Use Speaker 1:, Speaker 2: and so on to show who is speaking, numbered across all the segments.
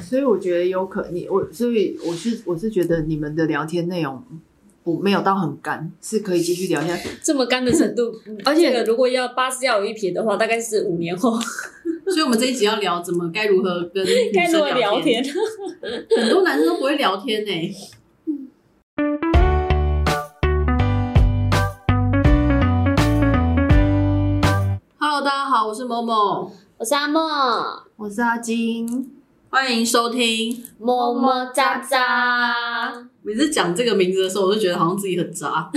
Speaker 1: 所以我觉得有可你我，所以我是我是觉得你们的聊天内容不没有到很干，是可以继续聊下去。
Speaker 2: 这么干的程 度，
Speaker 1: 而且
Speaker 2: 这个如果要八字要有一撇的话，大概是五年后
Speaker 3: 所以我们这一集要聊怎么该如何跟女
Speaker 2: 该
Speaker 3: 生
Speaker 2: 如何
Speaker 3: 聊
Speaker 2: 聊
Speaker 3: 天。
Speaker 2: 天？
Speaker 3: 很多男生都不会聊天呢、Hello，大家好，我是某某，
Speaker 2: 我是阿莫，
Speaker 1: 我是阿金，
Speaker 3: 欢迎收听。
Speaker 2: 么么喳喳，
Speaker 3: 每次讲这个名字的时候，我就觉得好像自己很渣，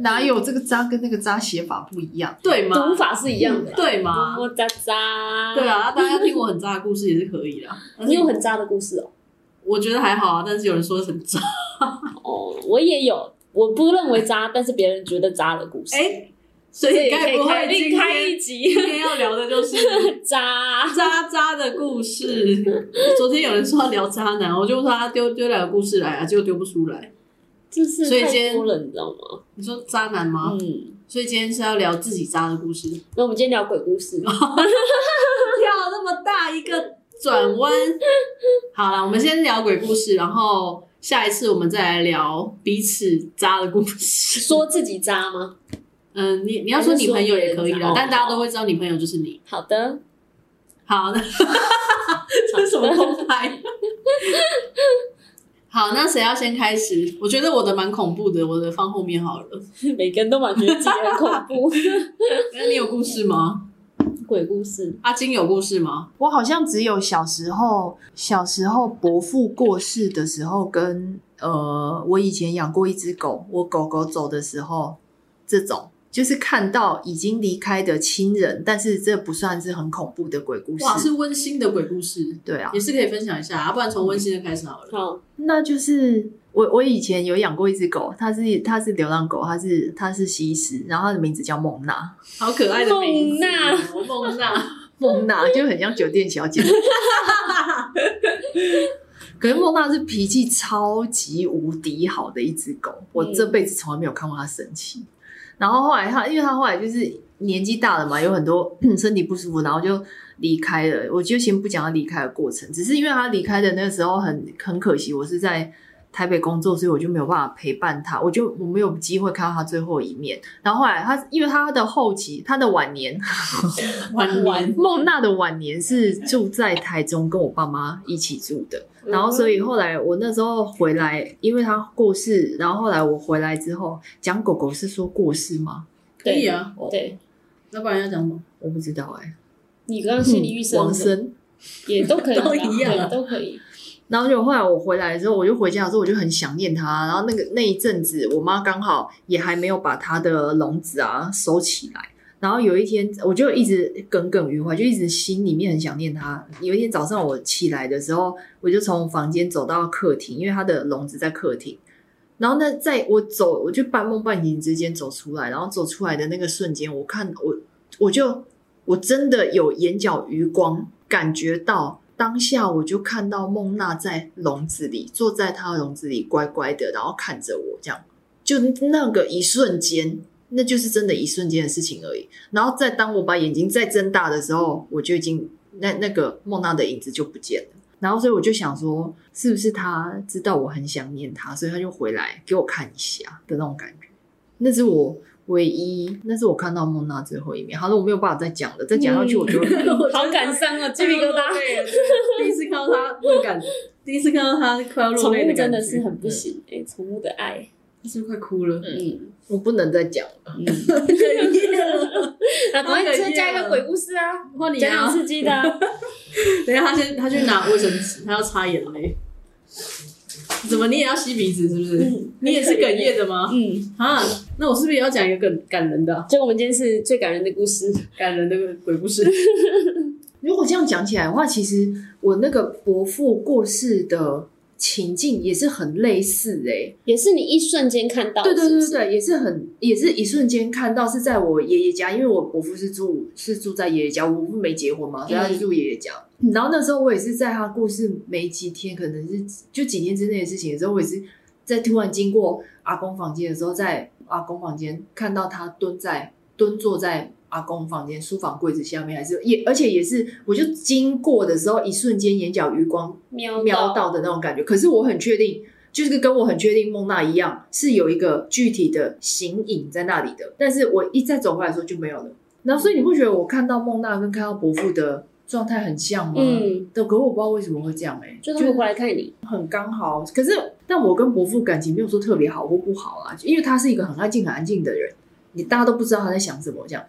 Speaker 1: 哪有这个渣跟那个渣写法不一样？
Speaker 3: 对吗？
Speaker 2: 读法是一样的啦，
Speaker 3: 对
Speaker 2: 么
Speaker 3: 吗？
Speaker 2: 么喳喳。
Speaker 3: 嗯对，啊，大家要听我很渣的故事也是可以的。但是
Speaker 2: 你有很渣的故事哦。
Speaker 3: 我觉得还好啊，但是有人说很渣。
Speaker 2: 哦，我也有，我不认为渣，但是别人觉得渣的故事。
Speaker 3: 哎、所
Speaker 2: 这也
Speaker 3: 以
Speaker 2: 可
Speaker 3: 该
Speaker 2: 以
Speaker 3: 不
Speaker 2: 开
Speaker 3: 会今
Speaker 2: 另开
Speaker 3: 天
Speaker 2: 一 集
Speaker 3: 今天要聊的就是
Speaker 2: 渣。
Speaker 3: 渣渣的故事。昨天有人说要聊渣男，我就说他丢丢两个故事来啊，结果丢不出来。
Speaker 2: 就是
Speaker 3: 所以今
Speaker 2: 太
Speaker 3: 天
Speaker 2: 多了，你知道吗？
Speaker 3: 你说渣男吗？
Speaker 2: 嗯，
Speaker 3: 所以今天是要聊自己渣的故事。
Speaker 2: 那我们今天聊鬼故事。
Speaker 3: 啊跳那么大一个转弯，好了，我们先聊鬼故事，然后下一次我们再来聊彼此渣的故事。
Speaker 2: 说自己渣吗？
Speaker 3: 嗯，你你要说你朋友也可以
Speaker 2: 还是说别人渣
Speaker 3: 啦，但大家都会知道你朋友就是你。
Speaker 2: 好的，
Speaker 3: 好 的， 这是什么空拍？ 好，那谁要先开始？我觉得我的蛮恐怖的，我的放后面好了。
Speaker 2: 每个人都蛮觉得自己很恐怖。
Speaker 3: 那哎你有故事吗？
Speaker 2: 鬼故事，
Speaker 3: 阿金有故事吗？
Speaker 1: 我好像只有小时候，小时候伯父过世的时候跟，呃，我以前养过一只狗，我狗狗走的时候，这种就是看到已经离开的亲人，但是这不算是很恐怖的鬼故事。
Speaker 3: 哇，是温馨的鬼故事，
Speaker 1: 对啊，
Speaker 3: 也是可以分享一下啊。不然从温馨的开始好了。
Speaker 2: 好，
Speaker 1: 那就是我我以前有养过一只狗，它是它是流浪狗，它是它是西施，然后它的名字叫孟娜，
Speaker 3: 好可爱的名字哦孟娜，
Speaker 1: 孟娜啊就很像酒店小姐。可是孟娜是脾气超级无敌好的一只狗，我这辈子从来没有看过它生气。然后后来它，因为它后来就是年纪大了嘛，有很多 身体不舒服，然后就离开了。我就先不讲它离开的过程，只是因为它离开的那个时候很很可惜，我是在台北工作，所以我就没有办法陪伴它，我就我没有机会看到它最后一面。然后后来它，因为它的后期，它的晚年，
Speaker 3: 玩玩。
Speaker 1: 孟娜的晚年是住在台中，跟我爸妈一起住的。
Speaker 2: 嗯
Speaker 1: 然后，所以后来我那时候回来，因为她过世，然后后来我回来之后，讲狗狗是说过世吗？
Speaker 3: 可以
Speaker 2: 对
Speaker 3: 啊，
Speaker 2: 嗯对，
Speaker 3: 要不然要讲什么？
Speaker 1: 我不知道哎、
Speaker 2: 你刚刚心理预
Speaker 1: 嗯
Speaker 2: 设
Speaker 1: 往生。
Speaker 2: 也都可以啦，
Speaker 3: 都一样啊
Speaker 2: 对都可 以。
Speaker 1: 然后就后来我回来的时候，我就回家的时候，我就很想念它。然后那个那一阵子，我妈刚好也还没有把它的笼子啊收起来。然后有一天，我就一直耿耿于怀，就一直心里面很想念它。有一天早上我起来的时候，我就从房间走到客厅，因为它的笼子在客厅。然后呢，在我走，我就半梦半醒之间走出来，然后走出来的那个瞬间，我看我我就我真的有眼角余光感觉到，当下我就看到孟娜在笼子里，坐在她的笼子里乖乖的，然后看着我这样，就那个一瞬间，那就是真的一瞬间的事情而已。然后再当我把眼睛再睁大的时候，我就已经那那个孟娜的影子就不见了。然后所以我就想说，是不是他知道我很想念他，所以他就回来给我看一下的那种感觉。那是我唯一，那是我看到孟娜最后一面。好了，我没有办法再讲了，再讲下去我就、
Speaker 2: 好感伤啊，鸡皮疙瘩。
Speaker 3: 对。第一次看到他那感，第一次看到他快要落
Speaker 2: 宠
Speaker 3: 泪
Speaker 2: 物
Speaker 3: 的感
Speaker 2: 真
Speaker 3: 觉，
Speaker 2: 的是很不行哎，宠物的爱，
Speaker 3: 是不是快哭了？
Speaker 2: 嗯
Speaker 1: 我不能再讲了。
Speaker 2: 嗯，
Speaker 3: 哽
Speaker 2: 那赶快再加一个啊鬼故事啊，
Speaker 3: 换你
Speaker 2: 讲点
Speaker 3: 啊！
Speaker 2: 刺激的啊。
Speaker 3: 等一下他先，他去拿卫生纸，他要擦眼泪。怎么你也要吸鼻子是不是？
Speaker 2: 嗯
Speaker 3: 你也是哽咽的吗？
Speaker 2: 嗯，
Speaker 3: 啊，那我是不是也要讲一个感感人的啊、
Speaker 2: 就我们今天是最感人的故事，
Speaker 3: 感人的鬼故事？
Speaker 1: 如果这样讲起来的话，其实我那个伯父过世的情境也是很类似欸诶、
Speaker 2: 也是你一瞬间看到的，
Speaker 1: 对对对
Speaker 2: 是不是
Speaker 1: 对，也是很也是一瞬间看到是在我爷爷家，因为我伯父是住是住在爷爷家，我伯父没结婚嘛，所以他是
Speaker 2: 嗯
Speaker 1: 住爷爷家。然后那时候我也是在他过世没几天，可能是就几天之内的事情的时候，我也是在突然经过阿公房间的时候，在阿公房间看到他蹲在蹲坐在阿公房间书房柜子下面，还是也而且也是，我就经过的时候，一瞬间眼角余光
Speaker 2: 瞄
Speaker 1: 瞄
Speaker 2: 到
Speaker 1: 到的那种感觉。可是我很确定，就是跟我很确定孟娜一样，是有一个具体的形影在那里的。但是我一再走回来的时候就没有了。然后所以你不觉得我看到孟娜跟看到伯父的状态很像吗？
Speaker 2: 嗯，
Speaker 1: 对，可是我不知道为什么会这样哎、
Speaker 2: 就他们回来看你，
Speaker 1: 很刚好。可是，但我跟伯父感情没有说特别好或不好啊，因为他是一个很安静、很安静的人，你大家都不知道他在想什么这样。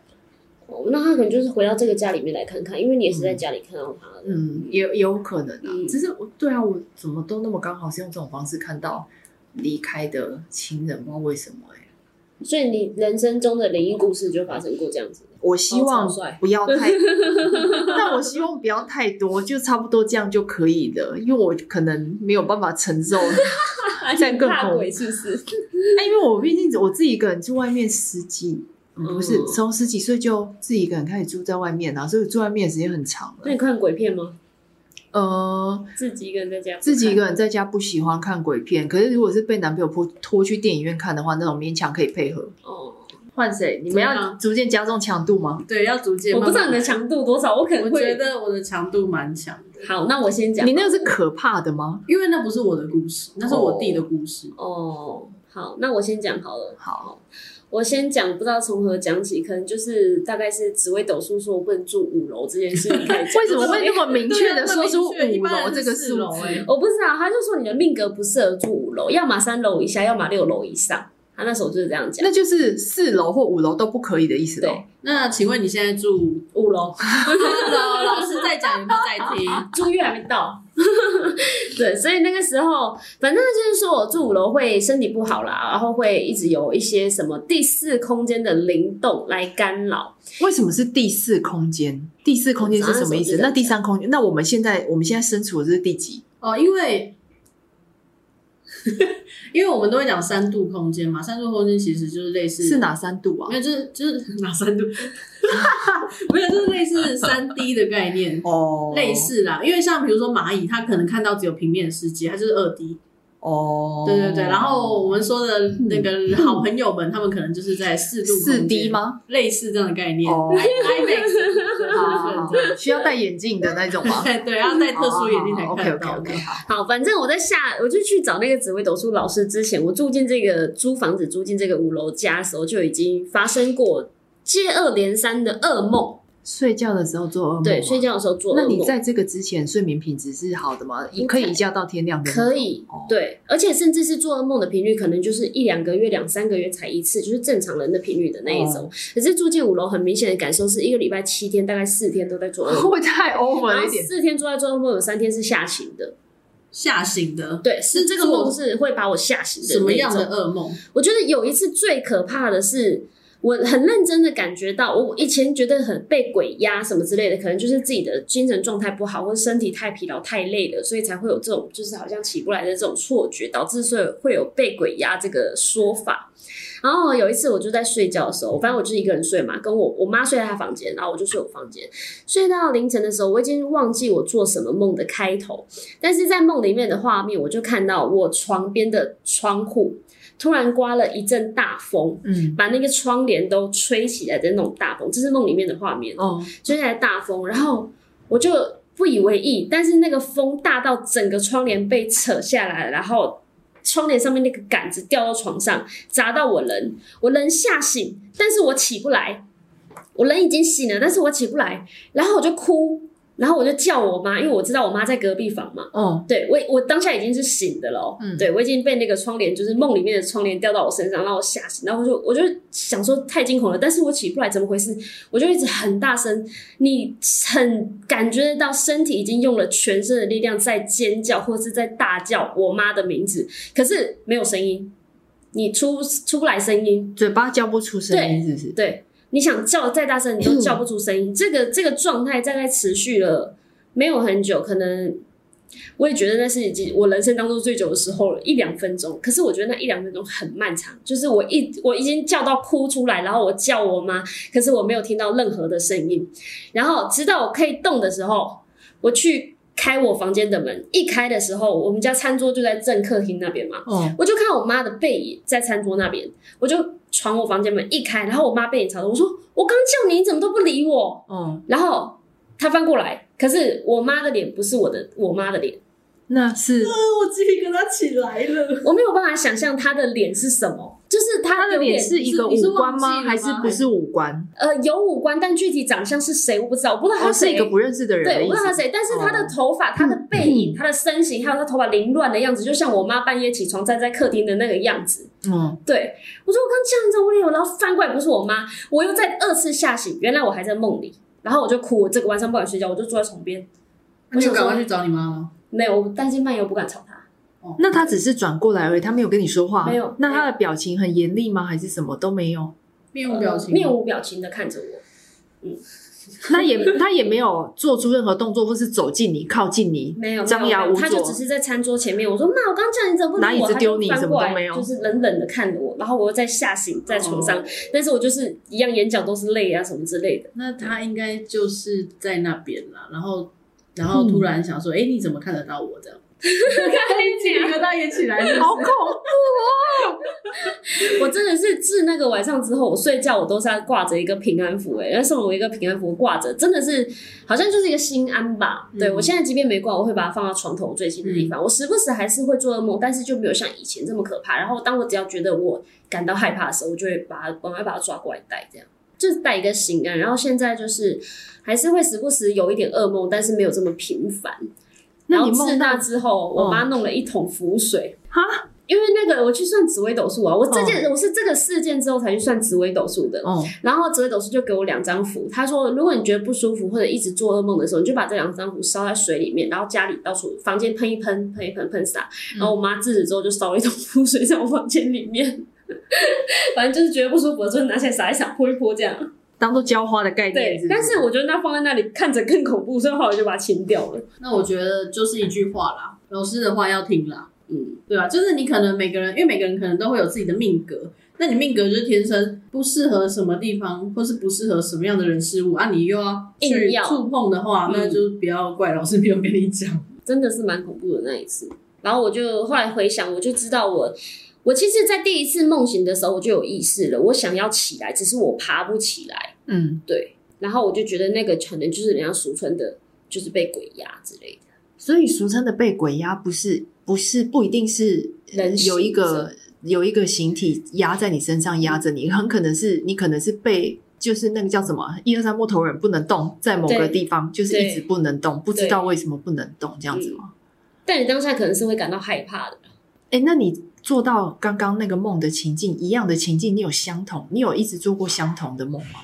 Speaker 2: 哦那他可能就是回到这个家里面来看看，因为你也是在家里看到他的。
Speaker 1: 嗯，也也有可能啊。
Speaker 2: 嗯
Speaker 1: 只是我对啊，我怎么都那么刚好是用这种方式看到离开的亲人，不知道为什么哎、
Speaker 2: 所以你人生中的灵异故事就发生过这样 子。
Speaker 1: 我希望
Speaker 2: 好草率
Speaker 1: 不要太， 但我希望不要太多，就差不多这样就可以了，因为我可能没有办法承受。 在更
Speaker 2: 怕
Speaker 1: 恐
Speaker 2: 鬼是不是？
Speaker 1: 哎，因为我毕竟我自己一个人住外面十几，嗯不是
Speaker 2: 嗯
Speaker 1: 从十几岁就自己一个人开始住在外面啊，所以我住外面的时间很长
Speaker 2: 那
Speaker 1: 了。
Speaker 2: 你看鬼片吗？
Speaker 1: 呃，
Speaker 2: 自己一个人在家，
Speaker 1: 自己一个人在家不喜欢看鬼片，可是如果是被男朋友拖拖去电影院看的话，那种勉强可以配合。
Speaker 2: 哦，
Speaker 1: 换谁？你
Speaker 3: 怎
Speaker 1: 们
Speaker 3: 么
Speaker 1: 要
Speaker 3: 样
Speaker 1: 逐渐加重强度吗？
Speaker 3: 对，要逐渐。
Speaker 2: 我不知道你的，强度多少，我可能
Speaker 3: 我
Speaker 2: 会
Speaker 3: 觉得我的强度蛮强的，
Speaker 2: 好，那我先讲。
Speaker 1: 你那个是可怕的吗？
Speaker 3: 因为那不是我的故事，那是我弟的故事。
Speaker 2: 哦，好，那我先讲好了。
Speaker 1: 好，
Speaker 2: 我先讲，不知道从何讲起，可能就是大概是紫微斗数说我不能住五楼这件事情开始。
Speaker 1: 为什么会那么明确的
Speaker 3: 对啊
Speaker 1: 说出
Speaker 3: 那么明确一
Speaker 1: 五
Speaker 3: 般
Speaker 1: 楼
Speaker 3: 人
Speaker 1: 这
Speaker 3: 是
Speaker 1: 个
Speaker 3: 四
Speaker 1: 数
Speaker 3: 楼
Speaker 1: 字？
Speaker 3: 欸
Speaker 2: 我不知道，他就说你的命格不适合住五楼，要么三楼以下，要么六楼以上。他那时候就是这样讲。
Speaker 1: 那就是四楼或五楼都不可以的意思
Speaker 2: 对
Speaker 1: 咯。，
Speaker 3: 那请问你现在住
Speaker 2: 五楼
Speaker 3: 四楼？老师在讲，有没有在听？
Speaker 2: 住月还没到。 对，所以那个时候，反正就是说我住五楼会身体不好啦，然后会一直有一些什么第四空间的灵动来干扰。
Speaker 1: 为什么是第四空间？第四空间是什么意思？
Speaker 2: 早上手机在
Speaker 1: 那第三空间？那我们现在我们现在身处的是第几？
Speaker 3: 哦，因为因为我们都会讲三度空间嘛，三度空间其实就是类似
Speaker 1: 是？哪三度啊
Speaker 3: 没？有，就是就是 哪三度？没有，就是类似三 D 的概念。
Speaker 1: 哦
Speaker 3: 类似啦，因为像比如说蚂蚁，它可能看到只有平面世界，它就是二 D。
Speaker 1: 哦，嗯
Speaker 3: 对对对，然后我们说的那个好朋友们，他们可能就是在四度
Speaker 1: 四
Speaker 3: 空
Speaker 1: D
Speaker 3: 间？
Speaker 1: 吗？
Speaker 3: 类似这样的概念。
Speaker 1: 哦
Speaker 3: IMAX，
Speaker 1: 好好好 需要戴眼镜的那种吗？
Speaker 3: 对对，要
Speaker 1: 哦
Speaker 3: 戴特殊眼镜才看得
Speaker 1: OK
Speaker 3: 到
Speaker 1: OK
Speaker 3: 的
Speaker 1: OK，。好，
Speaker 2: 好，反正我在下，我就去找那个紫微斗数老师之前，我住进这个租房子、租进这个五楼家的时候，就已经发生过接二连三的噩梦。
Speaker 1: 睡觉的时候做噩梦吗，
Speaker 2: 对，睡觉的时候做
Speaker 1: 哦那
Speaker 2: 噩
Speaker 1: 你
Speaker 2: 梦，
Speaker 1: 在这个之前睡眠品质是好的吗？
Speaker 2: 应该
Speaker 1: 可以一觉到天亮的那种？
Speaker 2: 可以
Speaker 1: 哦，
Speaker 2: 对，而且甚至是做噩梦的频率，可能就是一两个月、两三个月才一次，就是正常人的频率的那一
Speaker 3: 哦
Speaker 2: 种。可是住进五楼，很明显的感受是一个礼拜七天，大概四天都在做
Speaker 1: 会
Speaker 2: 噩梦
Speaker 1: 不。 会太 over
Speaker 2: 然
Speaker 1: 了
Speaker 2: 后
Speaker 1: 一点？
Speaker 2: 四天做在做噩梦，有三天是吓醒的，
Speaker 3: 吓醒的
Speaker 2: 对，是
Speaker 3: 是
Speaker 2: 这个
Speaker 3: 做
Speaker 2: 梦是会把我吓醒的那一
Speaker 3: 什
Speaker 2: 种。
Speaker 3: 么样的噩梦？
Speaker 2: 我觉得有一次最可怕的是，我很认真的感觉到，我以前觉得很被鬼压什么之类的，可能就是自己的精神状态不好，或者身体太疲劳太累了，所以才会有这种就是好像起不来的这种错觉，导致所以会有被鬼压这个说法。然后有一次我就在睡觉的时候，反正我就是一个人睡嘛，跟我我妈睡在她房间，然后我就睡我房间，睡到凌晨的时候，我已经忘记我做什么梦的开头，但是在梦里面的画面，我就看到我床边的窗户突然刮了一阵大风，
Speaker 1: 嗯，
Speaker 2: 把那个窗帘都吹起来的那种大风，这是梦里面的画面，
Speaker 1: 哦，
Speaker 2: 吹起来的大风，然后我就不以为意，但是那个风大到整个窗帘被扯下来，然后。窗帘上面那个杆子掉到床上，砸到我人，我人吓醒，但是我起不来，我人已经醒了，但是我起不来，然后我就哭，然后我就叫我妈，因为我知道我妈在隔壁房嘛，
Speaker 1: 哦，
Speaker 2: 对我，我当下已经是醒的了哦、
Speaker 1: 嗯
Speaker 2: 对我已经被那个窗帘，就是梦里面的窗帘掉到我身上，让我吓醒，然后我就我就想说太惊恐了，但是我起不来，怎么回事？我就一直很大声，你很感觉得到身体已经用了全身的力量在尖叫或是在大叫我妈的名字，可是没有声音，你出出不来声音，
Speaker 1: 嘴巴叫不出声音，是不是？
Speaker 2: 对，你想叫再大声，你都叫不出声音。这个这个状态大概持续了没有很久，可能我也觉得那是已经我人生当中最久的时候了，一两分钟。可是我觉得那一两分钟很漫长，就是我一我已经叫到哭出来，然后我叫我妈，可是我没有听到任何的声音。然后直到我可以动的时候，我去。开我房间的门，一开的时候，我们家餐桌就在正客厅那边嘛，
Speaker 1: 哦，
Speaker 2: 我就看到我妈的背影在餐桌那边，我就闯我房间门一开，然后我妈被你吵到，我说我刚叫你，你怎么都不理我？
Speaker 1: 哦，
Speaker 2: 然后她翻过来，可是我妈的脸不是我的，我妈的脸，
Speaker 1: 那是
Speaker 3: 我鸡皮疙瘩起来了。
Speaker 2: 我没有办法想象她的脸是什么，就是她
Speaker 1: 他的
Speaker 2: 有
Speaker 1: 脸
Speaker 2: 点
Speaker 1: 是一个
Speaker 3: 你是
Speaker 1: 五官吗？
Speaker 3: 忘记了吗
Speaker 1: 还是不是五官？
Speaker 2: 呃有五官，但具体长相是谁我不知道，我不知道她
Speaker 1: 哦，是
Speaker 2: 哎谁
Speaker 1: 一个不认识的人的
Speaker 2: 对，
Speaker 1: 意
Speaker 2: 我不知道他
Speaker 1: 思。
Speaker 2: 谁，但是他的
Speaker 1: 哦
Speaker 2: 头发、他的背 影、他的身形，还有他头发凌乱的样子，就像我妈半夜起床站在客厅的那个样子。
Speaker 1: 嗯，
Speaker 2: 对我说我刚这样子，我有，然后翻过来不是我妈，我又再二次吓醒，原来我还在梦里，然后我就哭，我这个晚上不敢睡觉，我就坐在床边，我
Speaker 3: 你
Speaker 2: 想
Speaker 3: 有赶快
Speaker 2: 说
Speaker 3: 去找你妈吗？
Speaker 2: 没有，我担心半夜我不敢吵他。
Speaker 1: 那他只是转过来而已，他没有跟你说话。啊
Speaker 2: 没有
Speaker 1: 那他的表情很严厉吗？还是什么都没有？
Speaker 3: 面
Speaker 1: 嗯
Speaker 3: 无表情，
Speaker 2: 呃面无表情的看着我，
Speaker 1: 那也他也没有做出任何动作，或是走近你、靠近你，
Speaker 2: 没有
Speaker 1: 张牙舞
Speaker 2: 他就只
Speaker 1: 爪。
Speaker 2: 是在餐桌前面。我说妈，我刚叫你怎么不理我？
Speaker 1: 拿椅子
Speaker 2: 她就
Speaker 1: 丢你
Speaker 2: 翻
Speaker 1: 什么
Speaker 2: 过
Speaker 1: 都
Speaker 2: 来
Speaker 1: 没有哦
Speaker 2: 就是冷冷的看着我，然后我又再吓醒在床
Speaker 3: 哦
Speaker 2: 上，但是我就是一样眼角都是泪啊什么之类 的。
Speaker 3: 那他应该就是在那边啦，然后然后突然想说，哎、你怎么看得到我这样？ 鸡皮疙瘩也起来了。
Speaker 1: 好恐怖！
Speaker 2: 我真的是自那个晚上之后，我睡觉我都是要挂着一个平安符、欸，哎，送了我一个平安符挂着，真的是好像就是一个心安吧。
Speaker 3: 嗯
Speaker 2: 对我现在即便没挂，我会把它放到床头最近的地
Speaker 1: 嗯
Speaker 2: 方。我时不时还是会做噩梦，但是就没有像以前这么可怕。然后当我只要觉得我感到害怕的时候，我就会把它赶快把它抓过来带，这样就是带一个心安。然后现在就是还是会时不时有一点噩梦，但是没有这么频繁。然
Speaker 1: 那
Speaker 2: 后
Speaker 1: 你
Speaker 2: 自
Speaker 1: 梦
Speaker 2: 那
Speaker 1: 到嗯
Speaker 2: 之后，我妈弄了一桶符水。
Speaker 1: 哈，嗯
Speaker 2: 因为那个我去算紫微斗数啊，我这件、我是这个事件之后才去算紫微斗数的。
Speaker 1: 哦，
Speaker 2: 然后紫微斗数就给我两张符，他说如果你觉得不舒服或者一直做噩梦的时候，你就把这两张符烧在水里面，然后家里到处房间喷一喷，喷一喷喷洒。
Speaker 1: 嗯
Speaker 2: 然后我妈自此之后就烧了一桶符水在我房间里面， 反正就是觉得不舒服的时候拿起来撒一撒，泼一泼这样。
Speaker 1: 当做浇花的概念。
Speaker 2: 对
Speaker 1: 是，不
Speaker 2: 但是我觉得那放在那里看着更恐怖，所以后来我就把它清掉了。
Speaker 3: 那我觉得就是一句话啦，老师的话要听啦。
Speaker 2: 嗯，
Speaker 3: 对吧？就是你可能每个人，因为每个人可能都会有自己的命格，那你命格就是天生不适合什么地方，或是不适合什么样的人事物啊，你又要去
Speaker 2: 硬要
Speaker 3: 触碰的话
Speaker 2: 嗯，
Speaker 3: 那就不要怪老师没有跟你讲。
Speaker 2: 真的是蛮恐怖的那一次。然后我就后来回想，我就知道我，我其实，在第一次梦醒的时候，我就有意识了，我想要起来，只是我爬不起来。
Speaker 1: 嗯，
Speaker 2: 对，然后我就觉得那个可能就是人家俗称的，就是被鬼压之类的。
Speaker 1: 所以俗称的被鬼压，不是不是不一定是
Speaker 2: 人形
Speaker 1: 有一个有一个形体压在你身上压着你，很可能是你可能是被就是那个叫什么一二三木头人不能动，在某个
Speaker 2: 对
Speaker 1: 地方就是一直
Speaker 2: 对
Speaker 1: 不能动，不知
Speaker 2: 对
Speaker 1: 道为什么不能动这样子吗？
Speaker 2: 但你当下可能是会感到害怕的。
Speaker 1: 哎、那你做到刚刚那个梦的情境一样的情境，你有相同，你有一直做过相同的梦吗？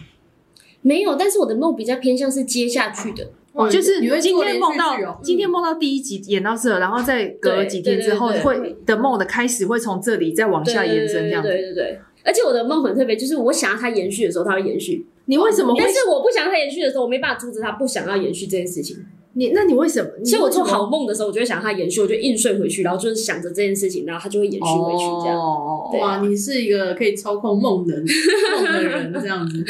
Speaker 2: 没有，但是我的梦比较偏向是接下去的，
Speaker 1: 哦，就是
Speaker 3: 你会
Speaker 1: 今
Speaker 3: 做连
Speaker 1: 天
Speaker 3: 续
Speaker 1: 梦到、
Speaker 3: 剧哦
Speaker 1: 今天梦到第一集演到这，然后再隔
Speaker 2: 嗯对
Speaker 1: 几天之后
Speaker 2: 对对对
Speaker 1: 会的梦的开始会从这里再往
Speaker 2: 对
Speaker 1: 下延伸这样子。
Speaker 2: 对对对对。而且我的梦很特别，就是我想要它延续的时候，它会延续；
Speaker 1: 你为什么会
Speaker 2: 但？是我不想要它延续的时候，我没办法阻止它不想要延续这件事情。
Speaker 1: 你那你为什么？你
Speaker 2: 所以我
Speaker 1: 为什
Speaker 2: 做
Speaker 1: 么
Speaker 2: 好梦的时候，我就会想它延续，我就硬睡回去，然后就是想着这件事情，然后它就会延续回去这样。
Speaker 1: 哦
Speaker 2: 对
Speaker 3: 哇，你是一个可以操控梦 能梦的人，这样子，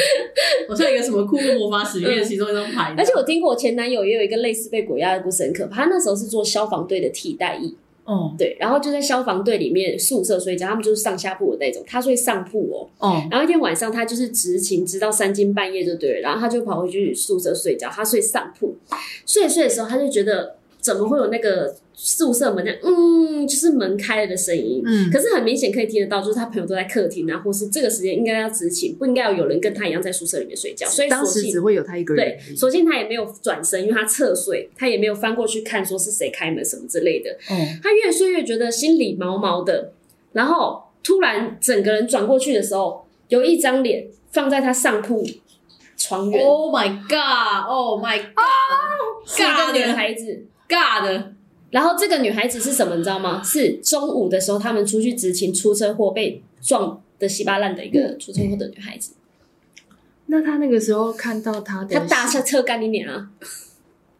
Speaker 3: 我像一个什么库洛魔法使里面的其中一张牌。
Speaker 2: 而且我听过我前男友也有一个类似被鬼压的故事，很可怕。他那时候是做消防队的替代役，
Speaker 1: 哦
Speaker 2: 对，然后就在消防队里面宿舍睡觉，他们就是上下铺的那种，他睡上铺哦。
Speaker 1: 哦，
Speaker 2: 然后一天晚上他就是执勤，直到三更半夜就对了，然后他就跑回去宿舍睡觉，他睡上铺，睡一睡的时候他就觉得怎么会有那个宿舍门那样嗯，就是门开了的声音，
Speaker 1: 嗯
Speaker 2: 可是很明显可以听得到，就是他朋友都在客厅啊，或是这个时间应该要执勤，不应该有人跟他一样在宿舍里面睡觉，所以
Speaker 1: 当
Speaker 2: 索
Speaker 1: 时只
Speaker 2: 性
Speaker 1: 会有他一个人
Speaker 2: 对。，索性他也没有转身，因为他侧睡，他也没有翻过去看说是谁开门什么之类的，
Speaker 1: 哦，
Speaker 2: 他越睡越觉得心里毛毛的，然后突然整个人转过去的时候，有一张脸放在他上铺床缘，
Speaker 3: Oh my god! Oh my god!
Speaker 2: 是一
Speaker 3: 尬
Speaker 2: 个女
Speaker 3: 的，
Speaker 2: 孩子。
Speaker 3: 尬的，
Speaker 2: 然后这个女孩子是什么，你知道吗？是中午的时候，他们出去执勤出车祸被撞的稀巴烂的一个出车祸的女孩子，
Speaker 1: 那他那个时候看到他的，
Speaker 2: 她大下车干你娘啊！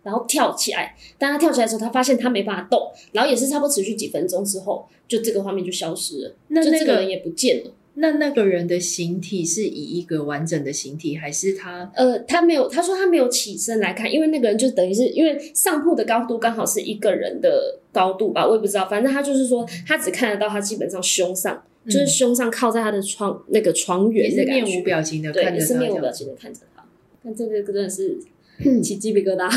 Speaker 2: 然后跳起来，当她跳起来的时候，她发现她没办法动，然后也是差不多持续几分钟之后，就这个画面就消失了，
Speaker 1: 那
Speaker 2: 就
Speaker 1: 那
Speaker 2: 这个人
Speaker 1: 个
Speaker 2: 也不见了。
Speaker 1: 那那个人的形体是以一个完整的形体，还是他
Speaker 2: 呃，他没有，他说他没有起身来看，因为那个人就等于是因为上铺的高度刚好是一个人的高度吧，我也不知道，反正他就是说他只看得到他基本上胸上就是胸上靠在他的床那个床
Speaker 1: 也
Speaker 2: 缘
Speaker 1: 是
Speaker 2: 的
Speaker 1: 嗯
Speaker 2: 感
Speaker 1: 面
Speaker 2: 觉
Speaker 1: 无，表情的
Speaker 2: 对，
Speaker 1: 看
Speaker 2: 也
Speaker 1: 着
Speaker 2: 是
Speaker 1: 他，
Speaker 2: 面无表情的看着他。但这个真的是
Speaker 1: 嗯
Speaker 2: 起鸡皮 疙瘩，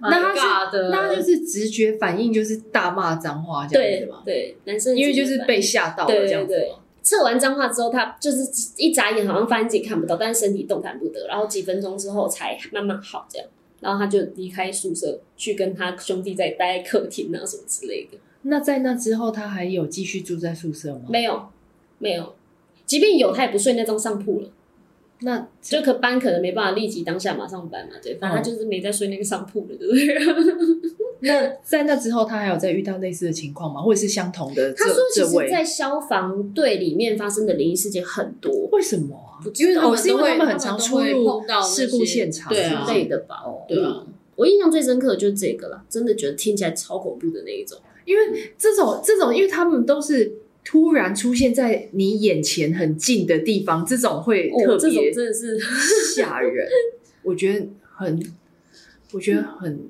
Speaker 1: 那
Speaker 3: 他的，
Speaker 1: 那他就是直觉反应，就是大骂脏话这样
Speaker 2: 对
Speaker 1: 子嘛，
Speaker 2: 对，男生
Speaker 1: 因为就是被吓
Speaker 2: 吓。
Speaker 1: 到了这样子嘛。
Speaker 2: 测完脏话之后，他就是一眨眼，好像发现自己看不到，但是身体动弹不得。然后几分钟之后才慢慢好，这样。然后他就离开宿舍，去跟他兄弟在待在客厅啊什么之类的。
Speaker 1: 那在那之后，他还有继续住在宿舍吗？
Speaker 2: 没有，没有。即便有，他也不睡那张上铺了。
Speaker 1: 那嗯
Speaker 2: 就可班可能没办法立即当下马上搬嘛，对，反正他就是没再睡那个上铺了，对 不对？
Speaker 1: 那在那之后，他还有再遇到类似的情况吗？或者是相同的这
Speaker 2: 他说，其
Speaker 1: 这
Speaker 2: 实，
Speaker 1: 位？
Speaker 2: 在消防队里面发生的灵异事件很多
Speaker 1: 为什么啊？
Speaker 3: 因为
Speaker 1: 哦，是因为他
Speaker 3: 们
Speaker 1: 们很常出
Speaker 3: 都会
Speaker 1: 入
Speaker 3: 碰到那些
Speaker 1: 事故现场
Speaker 3: 对
Speaker 1: 之
Speaker 3: 啊，
Speaker 2: 之类的吧？哦，
Speaker 3: 对
Speaker 1: 嗯
Speaker 3: 啊，
Speaker 2: 我印象最深刻的就是这个了，真的觉得听起来超恐怖的那一种。
Speaker 1: 因为这种这种，因为他们都是突然出现在你眼前很近的地方，这种会特
Speaker 2: 哦，这种
Speaker 1: 别
Speaker 2: 真的是
Speaker 1: 吓人。我觉得很，我觉得 很，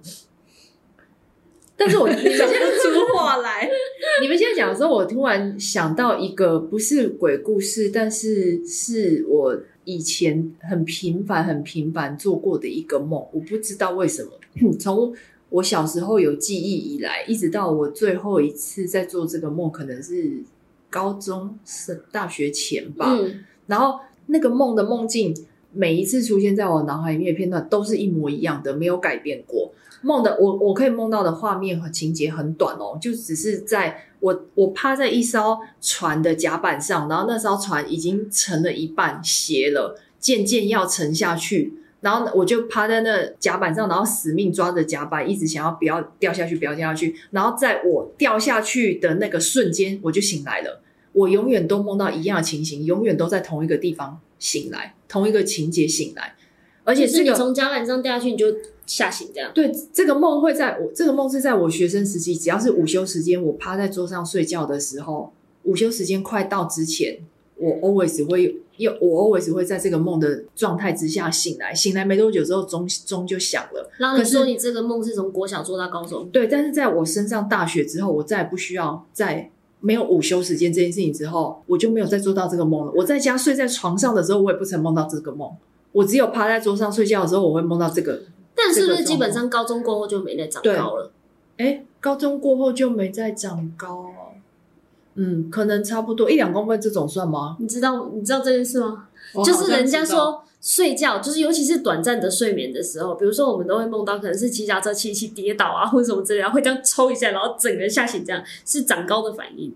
Speaker 1: 但 是我你们现在
Speaker 3: 出话 来，
Speaker 1: 你们现在讲的时候，我突然想到一个不是鬼故事，但是是我以前很频繁、很频繁做过的一个梦。我不知道为什么， 从我小时候有记忆以来，一直到我最后一次在做这个梦，可能是高中、是大学前吧。
Speaker 2: 嗯，
Speaker 1: 然后那个梦的梦境，每一次出现在我脑海里面的片段都是一模一样的，没有改变过。梦的我我可以梦到的画面和情节很短哦，就只是在我我趴在一艘船的甲板上，然后那艘船已经沉了一半斜了，渐渐要沉下去。然后我就趴在那甲板上，然后死命抓着甲板，一直想要不要掉下去，不要掉下去。然后在我掉下去的那个瞬间，我就醒来了。我永远都梦到一样的情形，永远都在同一个地方醒来，同一个情节醒来，而
Speaker 2: 而
Speaker 1: 且这
Speaker 2: 你
Speaker 1: 个
Speaker 2: 从甲板上掉下去，你就吓醒这样。
Speaker 1: 对这个梦会在我这个梦是在我学生时期，只要是午休时间，我趴在桌上睡觉的时候，午休时间快到之前，我 always 会又我 always 会在这个梦的状态之下醒来，醒来没多久之后钟钟就响了。
Speaker 2: 然后你说
Speaker 1: 可是
Speaker 2: 你这个梦是从国小做到高中，
Speaker 1: 对，但是在我升上大学之后，我再也不需要在没有午休时间这件事情之后，我就没有再做到这个梦了。我在家睡在床上的时候，我也不曾梦到这个梦。我只有趴在桌上睡觉的时候，我会梦到这个。
Speaker 2: 但是不是
Speaker 1: 这个状况哦
Speaker 2: 基本上高中过后就没再长高了？
Speaker 1: 哎，高中过后就没再长高哦。嗯，可能差不多一两公分这种算吗？
Speaker 2: 你知道你知道这件事吗？
Speaker 3: 我好
Speaker 2: 就
Speaker 3: 像
Speaker 2: 是人家
Speaker 3: 知道
Speaker 2: 说睡觉，就是尤其是短暂的睡眠的时候，比如说我们都会梦到可能是骑脚车骑一骑跌倒啊，或者什么之类的，会这样抽一下，然后整个人吓醒，这样是长高的反应。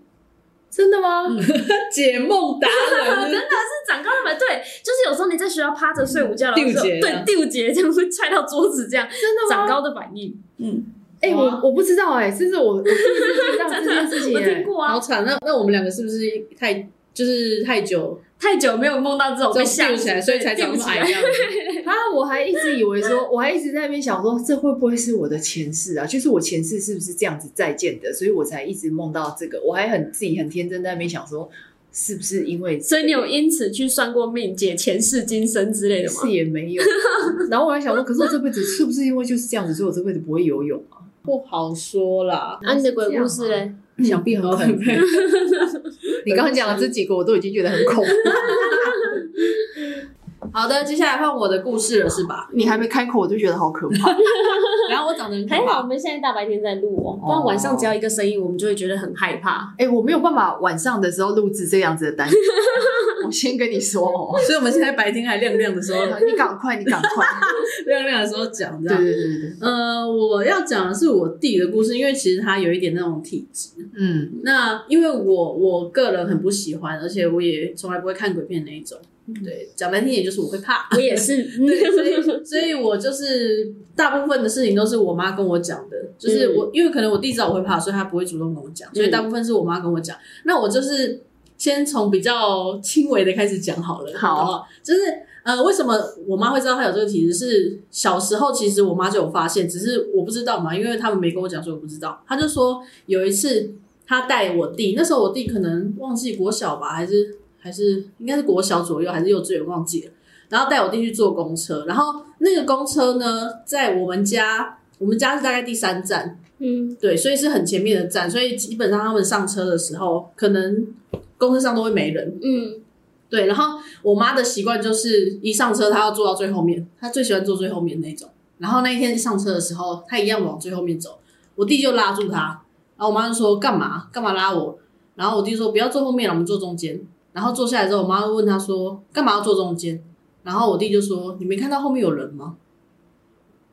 Speaker 1: 真的吗？
Speaker 2: 嗯
Speaker 3: 解梦达
Speaker 2: 真
Speaker 3: 人，
Speaker 2: 的是长高了嘛？对，就是有时候你在学校趴着睡午觉，然后
Speaker 3: 丢
Speaker 2: 就
Speaker 3: 节
Speaker 2: 对丢节这样会踹到桌子，这样
Speaker 1: 真的吗
Speaker 2: 长？高的反应。嗯，
Speaker 1: 哎，我
Speaker 3: 哇
Speaker 1: 我不知道哎，这是我我第一次知 道这件事情
Speaker 2: 啊我
Speaker 1: 哎。
Speaker 2: 听过
Speaker 3: 好
Speaker 2: 啊，
Speaker 3: 惨。那那我们两个是不是太就是太久
Speaker 2: 太久没有梦到这种
Speaker 3: 这
Speaker 2: 被
Speaker 3: 种
Speaker 2: 吓
Speaker 3: 吊起来，所以才长
Speaker 2: 长
Speaker 3: 那么矮这样？
Speaker 1: 啊！我还一直以为说，我还一直在那边想说，这会不会是我的前世啊？就是我前世是不是这样子再见的？所以我才一直梦到这个。我还很自己很天真在那边想说，是不是因为
Speaker 2: 所以你有因此去算过命，解前世今生之类的吗
Speaker 1: 是？也没有？然后我还想说，可是我这辈子是不是因为就是这样子，所以我这辈子不会游泳啊？
Speaker 3: 不好说啦，
Speaker 2: 啊，你的鬼故事
Speaker 1: 这
Speaker 2: 嘞？
Speaker 1: 想必很恐怖。你刚刚讲的这几个，我都已经觉得很恐怖。
Speaker 3: 好的，接下来换我的故事了，是 吧？
Speaker 1: 你还没开口，我就觉得好可怕。
Speaker 3: 然后我长得很可
Speaker 2: 还好我
Speaker 3: 怕，
Speaker 2: 们现在大白天在录哦，不然晚上只要一个声音，我们就会觉得很害怕。
Speaker 1: 哎、我没有办法晚上的时候录制这样子的单元。我先跟你说哦，
Speaker 3: 所以我们现在白天还亮亮的时候，
Speaker 1: 你赶快，你赶快。
Speaker 3: 亮亮的时候讲这
Speaker 1: 对
Speaker 3: 样。
Speaker 1: 对对对，
Speaker 3: 呃，我要讲的是我弟的故事，因为其实他有一点那种体质。
Speaker 1: 嗯。
Speaker 3: 那因为我我个人很不喜欢，而且我也从来不会看鬼片那一种。对，讲难听点就是我会怕。
Speaker 2: 我也是，
Speaker 3: 所以，所以我就是大部分的事情都是我妈跟我讲的，就是我、因为可能我弟知道我会怕，所以他不会主动跟我讲，所以大部分是我妈跟我讲。那我就是先从比较轻微的开始讲好了，
Speaker 1: 好
Speaker 3: 不就是呃，为什么我妈会知道她有这个体质？是小时候其实我妈就有发现，只是我不知道嘛，因为他们没跟我讲，所以我不知道。她就说有一次她带我弟，那时候我弟可能忘记国小吧，还是还是应该是国小左右，还是幼稚园忘记了。然后带我弟去坐公车，然后那个公车呢，在我们家，我们家是大概第三站，
Speaker 2: 嗯，
Speaker 3: 对，所以是很前面的站，所以基本上他们上车的时候，可能公车上都会没人，
Speaker 2: 嗯，
Speaker 3: 对，然后我妈的习惯就是一上车她要坐到最后面，她最喜欢坐最后面那种。然后那一天上车的时候，她一样往最后面走，我弟就拉住她，然后我妈就说干嘛干嘛拉我，然后我弟说不要坐后面了，我们坐中间。然后坐下来之后，我妈就问他说干嘛要坐中间，然后我弟就说你没看到后面有人吗？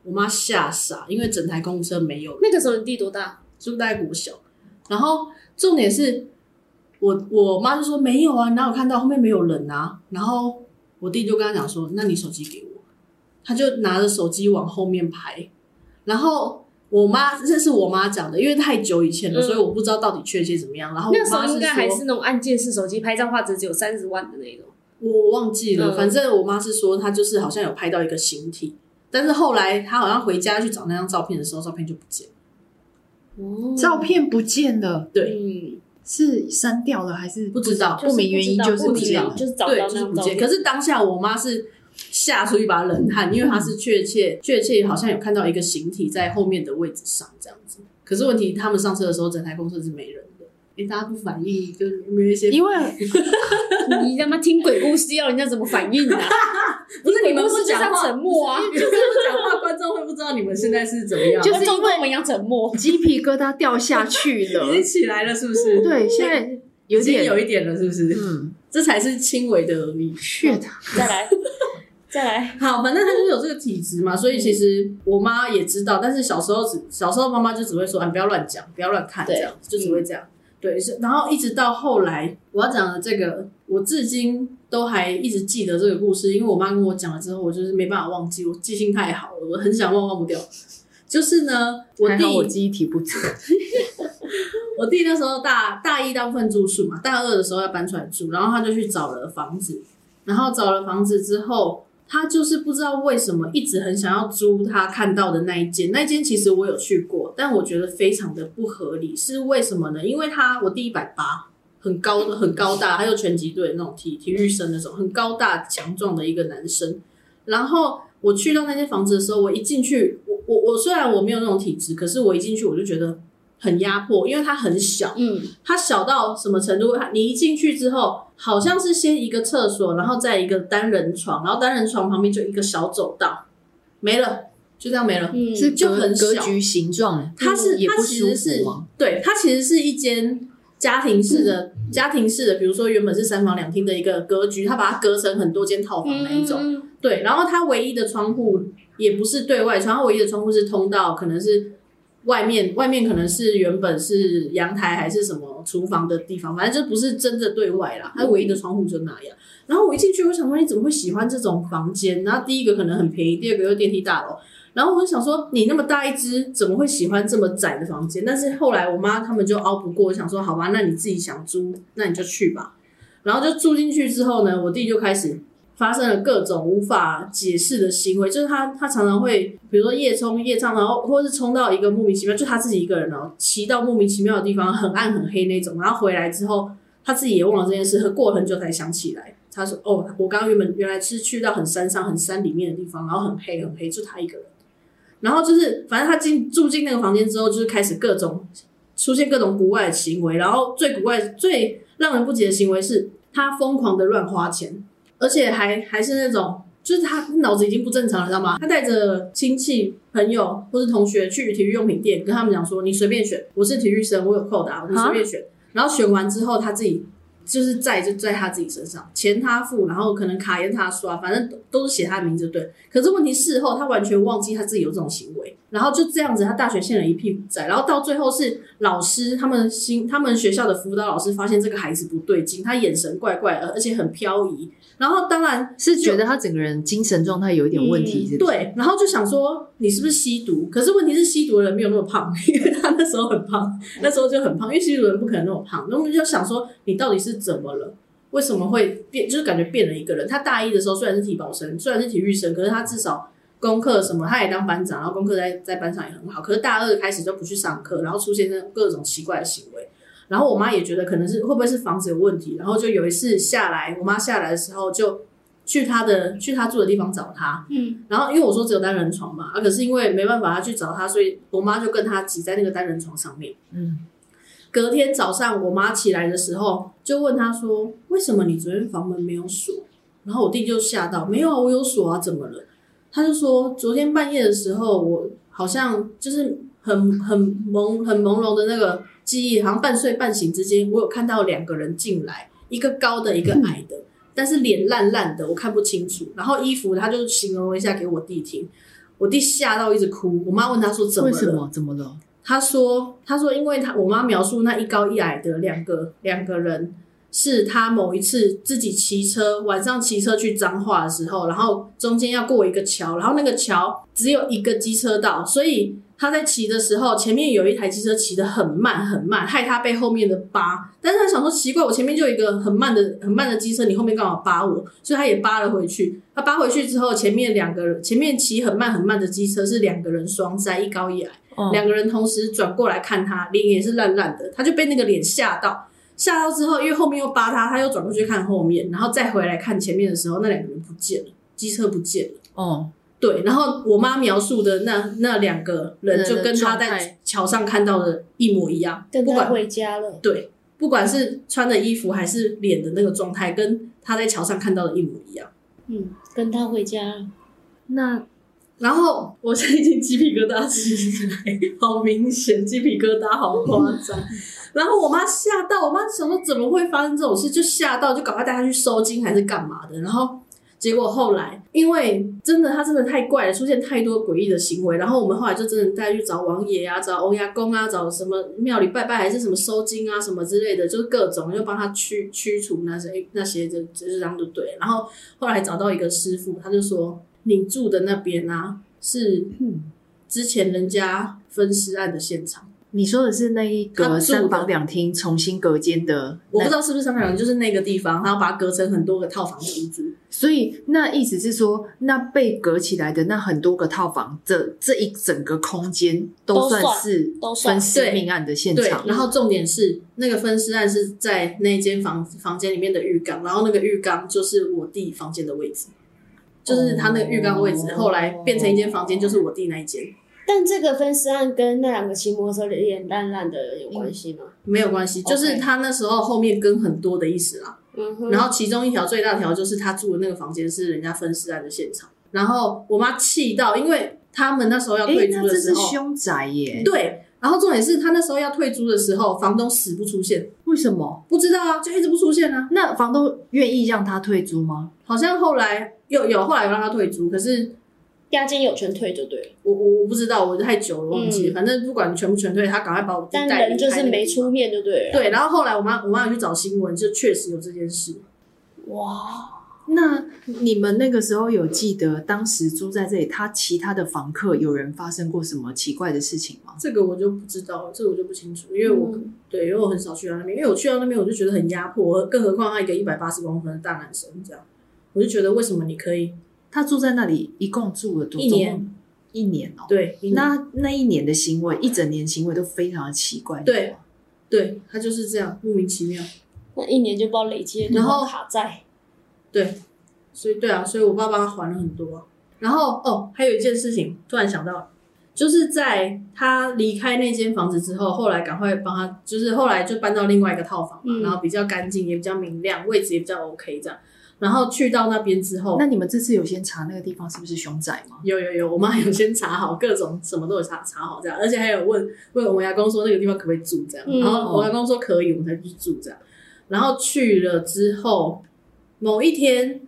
Speaker 3: 我妈吓傻，因为整台公车没有人
Speaker 2: 那个时候你弟多大？
Speaker 3: 是不是大概国小？然后重点是我我妈就说没有啊，哪有看到后面没有人啊？然后我弟就跟他讲说，那你手机给我，他就拿着手机往后面拍。然后我妈这是我妈讲的，因为太久以前了，
Speaker 2: 嗯
Speaker 3: 所以我不知道到底确切怎么样。然哦后我
Speaker 2: 那时
Speaker 3: 妈
Speaker 2: 候应该还
Speaker 3: 说
Speaker 2: 哦是那种按键式手机，拍照画质只有三十万的那种。
Speaker 3: 我忘记了，
Speaker 2: 嗯
Speaker 3: 反正我妈是说她就是好像有拍到一个形体，但是后来她好像回家去找那张照片的时候，照片就不见了。
Speaker 2: 哦
Speaker 1: 照片不见了，
Speaker 3: 对，
Speaker 2: 嗯，
Speaker 1: 是删掉了还是
Speaker 3: 不知道
Speaker 1: 不明原因
Speaker 2: 就是不
Speaker 1: 不
Speaker 2: 知
Speaker 1: 见
Speaker 2: 道
Speaker 1: 了
Speaker 2: 不明原因，就是找不
Speaker 3: 对，
Speaker 2: 到
Speaker 3: 就是
Speaker 2: 那
Speaker 3: 不
Speaker 2: 种
Speaker 3: 见。可是当下我妈是吓出一把冷汗，因为她是确切确切好像有看到一个形体在后面的位置上这样子。可是问题，他们上车的时候，整台公车是没人的，因为大家不反应，就没有一些。
Speaker 1: 因为
Speaker 2: 你他妈听鬼故事要人家怎么反应 啊？
Speaker 3: 不是你
Speaker 2: 鬼
Speaker 3: 们
Speaker 2: 故
Speaker 3: 不
Speaker 2: 事就是
Speaker 3: 讲
Speaker 2: 要
Speaker 3: 话，
Speaker 2: 沉默啊，
Speaker 3: 就是不讲话，观众会不知道你们现在是怎么样。
Speaker 1: 就
Speaker 2: 观
Speaker 1: 是
Speaker 2: 众
Speaker 1: 因
Speaker 2: 跟我
Speaker 1: 为
Speaker 2: 们一样沉默。
Speaker 1: 鸡皮疙瘩掉下去了
Speaker 3: 已。 经起来了，是不是？，
Speaker 1: 对，现在有
Speaker 3: 已经
Speaker 1: 点
Speaker 3: 有一点了，是不是？
Speaker 1: 嗯
Speaker 3: 这才是轻微的而已。
Speaker 1: ，shit，
Speaker 2: 再来，再来，
Speaker 3: 好，反正他就是有这个体质嘛，
Speaker 1: 嗯
Speaker 3: 所以其实我妈也知道，但是小时候只小时候妈妈就只会说，啊，你不要乱讲，不要乱看，这
Speaker 2: 对
Speaker 3: 样就只会这样。
Speaker 1: 嗯
Speaker 3: 对，是，然后一直到后来我要讲的这个，我至今都还一直记得这个故事，因为我妈跟我讲了之后，我就是没办法忘记，我记性太好了，我很想忘忘不掉。就是呢，我
Speaker 1: 还
Speaker 3: 弟
Speaker 1: 好我记忆体不足。
Speaker 3: 我弟那时候大大一大部分住宿嘛，大二的时候要搬出来住，然后他就去找了房子，然后找了房子之后，他就是不知道为什么一直很想要租他看到的那一间，那一间其实我有去过，但我觉得非常的不合理，是为什么呢？因为他我弟一百八，很高的很高大，还有拳击队的那种体体育生那种很高大强壮的一个男生，然后。我去到那间房子的时候，我一进去，我我我虽然我没有那种体质，可是我一进去我就觉得很压迫，因为它很小，
Speaker 2: 嗯，
Speaker 3: 它小到什么程度？它你一进去之后，好像是先一个厕所，然后再一个单人床，然后单人床旁边就一个小走道，没了，就这样没了。
Speaker 2: 嗯
Speaker 1: 是
Speaker 3: 就
Speaker 1: 格
Speaker 3: 很小
Speaker 1: 格局形状，
Speaker 3: 它是
Speaker 1: 也
Speaker 3: 它
Speaker 1: 不
Speaker 3: 其
Speaker 1: 舒
Speaker 3: 实是
Speaker 1: 服啊吗？
Speaker 3: 对，它其实是一间家庭式的、家庭式的，比如说原本是三房两厅的一个格局，它把它隔成很多间套房那一种。
Speaker 2: 嗯，
Speaker 3: 对，然后它唯一的窗户也不是对外窗，它唯一的窗户是通到可能是外面，外面可能是原本是阳台还是什么厨房的地方，反正就不是真的对外啦。它唯一的窗户就那样。然后我一进去，我想说你怎么会喜欢这种房间？然后第一个可能很便宜，第二个又电梯大楼。然后我就想说，你那么大一只，怎么会喜欢这么窄的房间？但是后来我妈他们就熬不过，想说好吧，那你自己想租，那你就去吧。然后就住进去之后呢，我弟就开始发生了各种无法解释的行为，就是他他常常会，比如说夜冲夜唱，然后或是冲到一个莫名其妙，就他自己一个人哦，骑到莫名其妙的地方，很暗很黑那种，然后回来之后，他自己也忘了这件事，过了很久才想起来。他说：“哦，我刚刚原本原来是去到很山上、很山里面的地方，然后很黑很黑，就他一个人。然后就是，反正他进住进那个房间之后，就是开始各种出现各种古怪的行为，然后最古怪、最让人不解的行为是，他疯狂的乱花钱，而且还还是那种，就是他脑子已经不正常了，知道吗？他带着亲戚、朋友或是同学去体育用品店，跟他们讲说：“你随便选，我是体育生，我有扣打，你随便选。”然后选完之后，他自己就是在就在他自己身上，钱他付，然后可能卡也是他刷，反正都都是写他的名字对。可是问题事后他完全忘记他自己有这种行为，然后就这样子，他大学欠了一屁股债，然后到最后是老师他们新他们学校的辅导老师发现这个孩子不对劲，他眼神怪怪，而而且很漂移，然后当然
Speaker 1: 是觉得他整个人精神状态有一点问题，是
Speaker 2: 嗯
Speaker 1: 不是？
Speaker 3: 对，然后就想说你是不是吸毒？可是问题是吸毒的人没有那么胖， 因为他那时候很胖，那时候就很胖，因为吸毒的人不可能那么胖。那我们就想说你到底是怎么了？为什么会变？就是感觉变了一个人。他大一的时候虽然是体保生，虽然是体育生，可是他至少功课什么他也当班长，然后功课在在班上也很好。可是大二开始就不去上课，然后出现那种各种奇怪的行为。然后我妈也觉得可能是会不会是房子有问题，然后就有一次下来，我妈下来的时候就去她的去她住的地方找她，
Speaker 2: 嗯，
Speaker 3: 然后因为我说只有单人床嘛，啊，可是因为没办法，他去找他，所以我妈就跟他挤在那个单人床上面。
Speaker 1: 嗯，
Speaker 3: 隔天早上我妈起来的时候，就问她说：“为什么你昨天房门没有锁？”然后我弟就吓到：“没有啊，我有锁啊，怎么了？”他就说：“昨天半夜的时候，我好像就是很 很朦很朦胧的那个记忆，好像半睡半醒之间，我有看到两个人进来，一个高的，一个矮的，但是脸烂烂的，我看不清楚。然后衣服，他就形容了一下给我弟听。”我弟吓到一直哭，我妈问他说嗯怎么
Speaker 1: 为
Speaker 3: 了？
Speaker 1: 什么？怎么了？
Speaker 3: 他说：“他说，因为他我妈描述那一高一矮的两个两个人，是他某一次自己骑车晚上骑车去彰化的时候，然后中间要过一个桥，然后那个桥只有一个机车道，所以他在骑的时候，前面有一台机车骑得很慢很慢，害他被后面的扒。但是他想说奇怪，我前面就有一个很慢的很慢的机车，你后面干嘛扒我？所以他也扒了回去。他扒回去之后，前面两个人前面骑很慢很慢的机车是两个人双载，一高一矮。”
Speaker 1: 哦
Speaker 3: 两个人同时转过来看他，脸也是烂烂的，他就被那个脸吓到。吓到之后，因为后面又扒他，他又转过去看后面，然后再回来看前面的时候，那两个人不见了，机车不见了。
Speaker 1: 哦，
Speaker 3: 对，然后我妈描述的那那两个人就跟她
Speaker 1: 嗯人的状
Speaker 3: 在
Speaker 1: 态
Speaker 3: 桥上看到的一模一样，
Speaker 2: 跟
Speaker 3: 不
Speaker 2: 他
Speaker 3: 管
Speaker 2: 回家了。
Speaker 3: 对，不管是穿的衣服还是脸的那个状态，跟她在桥上看到的一模一样。
Speaker 2: 嗯，跟他回家了。
Speaker 1: 那
Speaker 3: 然后我现在已经鸡皮疙瘩起来，好哦明显，鸡皮疙瘩好夸张。然后我妈吓到，我妈想说怎么会发生这种事，就吓到，就赶快带她去收金还是干嘛的。然后结果后来，因为真的她真的太怪了，出现太多诡异的行为。然后我们后来就真的带去找王爷啊，找欧牙公啊，找什么庙里拜拜还是什么收金啊什么之类的，就是各种就帮她驱驱除那些那些就就是这样就对了。然后后来找到一个师傅，他就说你住的那边啊是之前人家分尸案的现场，
Speaker 1: 你说的是那一
Speaker 3: 他
Speaker 1: 个
Speaker 3: 住的
Speaker 1: 三房两厅重新隔间的
Speaker 3: 我不
Speaker 1: 那，
Speaker 3: 知道是不是上海
Speaker 1: 嗯
Speaker 3: 人，就是那个地方，然后把它隔成很多个套房出租。
Speaker 1: 所以那意思是说，那被隔起来的那很多个套房，这这一整个空间
Speaker 2: 都
Speaker 1: 都
Speaker 2: 算
Speaker 1: 算是
Speaker 2: 都算
Speaker 1: 分尸
Speaker 3: 对
Speaker 1: 命案的现
Speaker 3: 对
Speaker 1: 场，。
Speaker 3: 然后重点是那个分尸案是在那间房房间里面的浴缸，然后那个浴缸就是我弟房间的位置，就是他那个浴缸位置，
Speaker 2: 哦
Speaker 3: 后来变成一间房间，就是我弟那一间，
Speaker 2: 但这个分尸案跟那两个骑摩托车脸烂烂的人有关系吗？
Speaker 3: 没有关系，
Speaker 1: 哦
Speaker 2: OK
Speaker 3: 就是他那时候后面跟很多的意思啦。
Speaker 2: 嗯哼，
Speaker 3: 然后其中一条最大条就是他住的那个房间是人家分尸案的现场，然后我妈气到，因为他们那时候要
Speaker 1: 诶
Speaker 3: 退
Speaker 1: 那
Speaker 3: 租的
Speaker 1: 这
Speaker 3: 时
Speaker 1: 是
Speaker 3: 候，
Speaker 1: 凶宅耶？
Speaker 3: 对，然后重点是他那时候要退租的时候，房东死不出现，
Speaker 1: 为什么？
Speaker 3: 不知道啊，就一直不出现啊，
Speaker 1: 那房东愿意让他退租吗？
Speaker 3: 好像后来又有后来有让他退租，可是
Speaker 2: 押金有权退就对了，
Speaker 3: 我我我不知道，我太久了忘记
Speaker 2: 嗯
Speaker 3: 了，反正不管全不全退，他赶快把我弟
Speaker 2: 但
Speaker 3: 带
Speaker 2: 人
Speaker 3: 离
Speaker 2: 就
Speaker 3: 开
Speaker 2: 是
Speaker 3: 那个
Speaker 2: 没
Speaker 3: 地
Speaker 2: 出
Speaker 3: 方。
Speaker 2: 面就对了。
Speaker 3: 对，然后后来我妈我妈有去找新闻，就确实有这件事。
Speaker 2: 哇，
Speaker 1: 那你们那个时候有记得当时住在这里，他其他的房客有人发生过什么奇怪的事情吗？
Speaker 3: 这个我就不知道，这个我就不清楚，因为我、
Speaker 2: 嗯
Speaker 3: 对，因为我很少去到那边，因为我去到那边我就觉得很压迫，更何况他一个一百八十公分的大男生这样，我就觉得为什么你可以
Speaker 1: 他住在那里一共住了多
Speaker 3: 一年？
Speaker 1: 一年哦、
Speaker 3: 对你
Speaker 1: 那那一年的行为，一整年行为都非常的奇怪。
Speaker 3: 对
Speaker 1: 你知道吗，
Speaker 3: 对他就是这样莫名其妙，
Speaker 2: 那一年就不知道累积了多
Speaker 3: 然
Speaker 2: 少
Speaker 3: 后
Speaker 2: 卡债。
Speaker 3: 对，所以对啊，所以我爸帮他还了很多啊、然后哦，还有一件事情突然想到，就是在他离开那间房子之后，后来赶快帮他，就是后来就搬到另外一个套房嘛，
Speaker 2: 嗯
Speaker 3: 然后比较干净，也比较明亮，位置也比较 OK 这样。然后去到那边之后，
Speaker 1: 那你们这次有先查那个地方是不是凶宅吗？
Speaker 3: 有有有，我妈有先查好各种什么都有查查好这样，而且还有问问我牙公说那个地方可不可以住这样，
Speaker 2: 嗯
Speaker 3: 然后我牙公说可以，我们才去住这样。然后去了之后，某一天，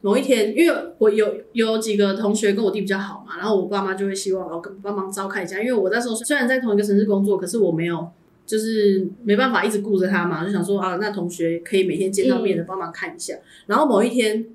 Speaker 3: 某一天，因为我有有几个同学跟我弟比较好嘛，然后我爸妈就会希望我哦跟帮忙照看一下，因为我那时候虽然在同一个城市工作，可是我没有。就是没办法一直顾着他嘛，就想说啊，那同学可以每天见到面的帮忙看一下。然后某一天，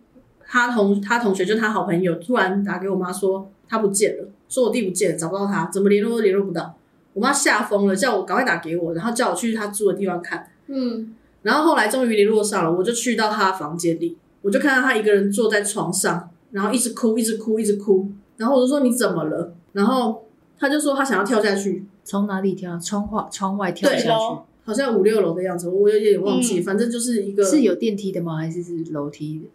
Speaker 3: 他同他同学就他好朋友突然打给我妈说他不见了，说我弟不见了，找不到他，怎么联络都联络不到。我妈吓疯了，叫我赶快打给我，然后叫我去他住的地方看。
Speaker 2: 嗯，
Speaker 3: 然后后来终于联络上了，我就去到他房间里，我就看到他一个人坐在床上，然后一直哭，一直哭，一直哭。然后我就说你怎么了？然后他就说他想要跳下去，
Speaker 1: 从哪里跳？窗外窗外跳
Speaker 3: 对
Speaker 1: 下
Speaker 2: 咯
Speaker 1: 去？
Speaker 3: 好像五六楼的样子，我有点忘记，
Speaker 2: 嗯
Speaker 3: 反正就是一个
Speaker 1: 是有电梯的吗？还是是楼梯的？